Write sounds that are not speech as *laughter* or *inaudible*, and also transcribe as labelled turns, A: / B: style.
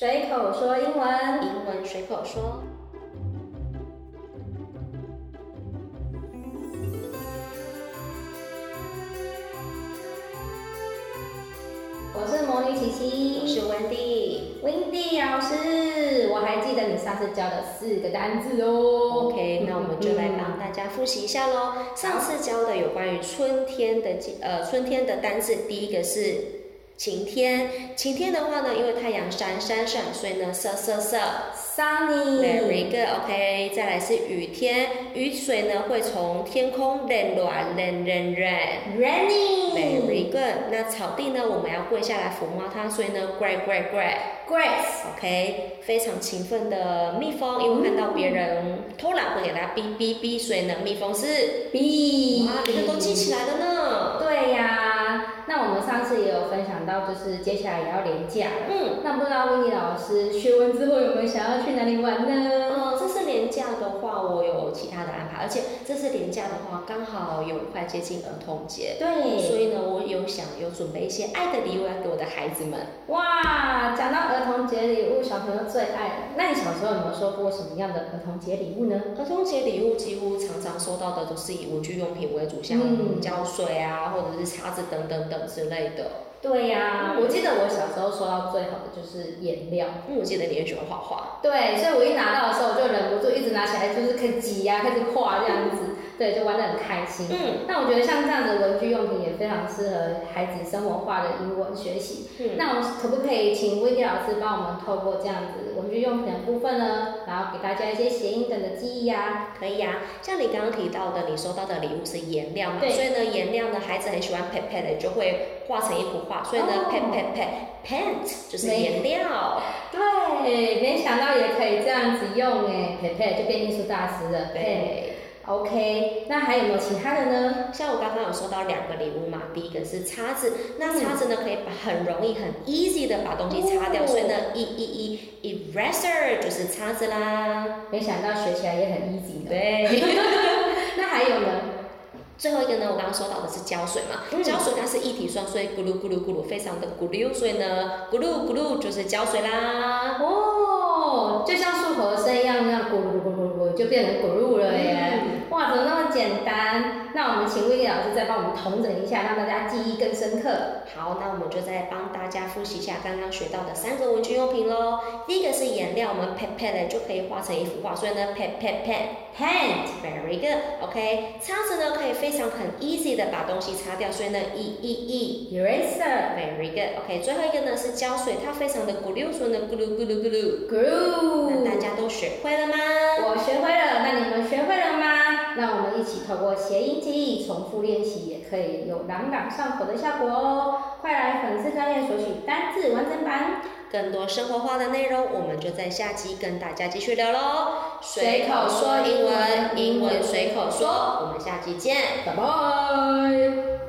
A: 随口说英文，
B: 英文随口说。
A: 我是魔女琪琪，
B: 我是 Wendy。
A: Windy 老师，我还记得你上次教的四个单字哦。
B: OK，那我们就来帮
A: 嗯
B: 大家复习一下喽。上次教的有关于春天的几呃春天的单字，第一个是晴天。晴天的话呢，因为太阳闪闪闪，所以呢色色色。Very
A: 嗯 Sunny，
B: good. OK，再来是雨天，雨水呢会从天空冷暖冷冷冷。
A: rainy，Very
B: Very good。那草地呢，我们要跪下来抚摸它，所以呢，great great great。
A: grace，
B: OK，非常勤奋的蜜蜂，因为看到别人偷懒会给它哔哔哔，所以呢，蜜蜂是
A: b
B: 哇，你看都记起来了呢。
A: 对呀，那我们上次也有分享到，就是接下来也要连假了。
B: 嗯，
A: 那不知道 Windy 老师学完之后有没有想要去哪里玩呢？
B: 呃，这次年假的话，我有其他的安排，而且这次年假的话，刚好有快接近儿童节，所
A: 对，
B: 以呢，我有想有准备一些爱的礼物要给我的孩子们。
A: 哇，讲到儿童节礼物，小朋友最爱了。那你小时候有没有收过什么样的儿童节礼物呢？
B: 儿童节礼物几乎常常收到的都是以文具用品为主，像
A: 嗯
B: 胶水啊，或者是叉子等等等之类的。
A: 对呀、我记得我小时候收到最好的就是颜料。
B: 因为我记得你也喜欢画画，
A: 对，所以我一拿到的时候，我就忍不住一直拿起来，就是可以挤呀、开始画这样子，对，就玩得很开心。
B: 嗯
A: 那我觉得像这样的文具用品也非常适合孩子生活化的英文学习。
B: 嗯
A: 那我们可不可以请威迪老师帮我们透过这样子文具用品的部分呢，然后给大家一些谐音梗的记忆呀、
B: 可以啊，像你刚刚提到的，你收到的礼物是颜料嘛，
A: 对
B: 所以呢，颜料呢，孩子很喜欢 pet pet 的，就会画成一幅画，所以呢、
A: 哦
B: pet pet pet paint 就是
A: 没
B: 颜料，
A: 对，没想到也可以这样子用诶，佩佩就变艺术大师了。嘿
B: 对。
A: ，OK，那还有没有其他的呢？
B: 像我刚刚有收到两个礼物嘛，第一个是叉子，那
A: 嗯
B: 叉子呢可以把很容易很 easy 的把东西擦掉，
A: 哦
B: 所以呢，一一一 eraser 就是叉子啦。
A: 没想到学起来也很 easy 呢。
B: 对，
A: 那还有呢？
B: *laughs* 最后一个呢，我刚刚收到的是胶水嘛，
A: 嗯
B: 胶水它是一体双，所以咕噜咕噜咕噜非常的咕噜，所以呢，咕噜咕噜就是胶水啦。
A: 哦，就像树猴声一样，那样咕噜咕噜咕噜咕噜就变成咕噜了耶！
B: 嗯
A: 哇，怎么那么简单？那我们请威廉老师再帮我们统整一下，让大家记忆更深刻。
B: 好，那我们就再帮大家复习一下刚刚学到的三个文具用品喽。第一个是颜料，我们 pet pet 嘞就可以画成一幅画，所以呢 pet pet pet
A: Paint，
B: very good。OK，擦子呢可以非常很 easy 的把东西擦掉，所以呢 e e e
A: eraser，
B: very good。OK，最后一个呢是胶水，它非常的咕噜，所以呢咕噜咕噜咕噜。那大
A: glue。
B: 家都学会了吗？
A: 我学会了，那你们学会了吗？那我们一起透过谐音记忆重复练习，也可以有朗朗上口的效果哦。快来粉丝专业索取单字完整版。
B: 更多生活化的内容，我们就在下集跟大家继续聊喽。
A: 随口说英文英文随口说
B: 我们下集见。
A: 拜拜。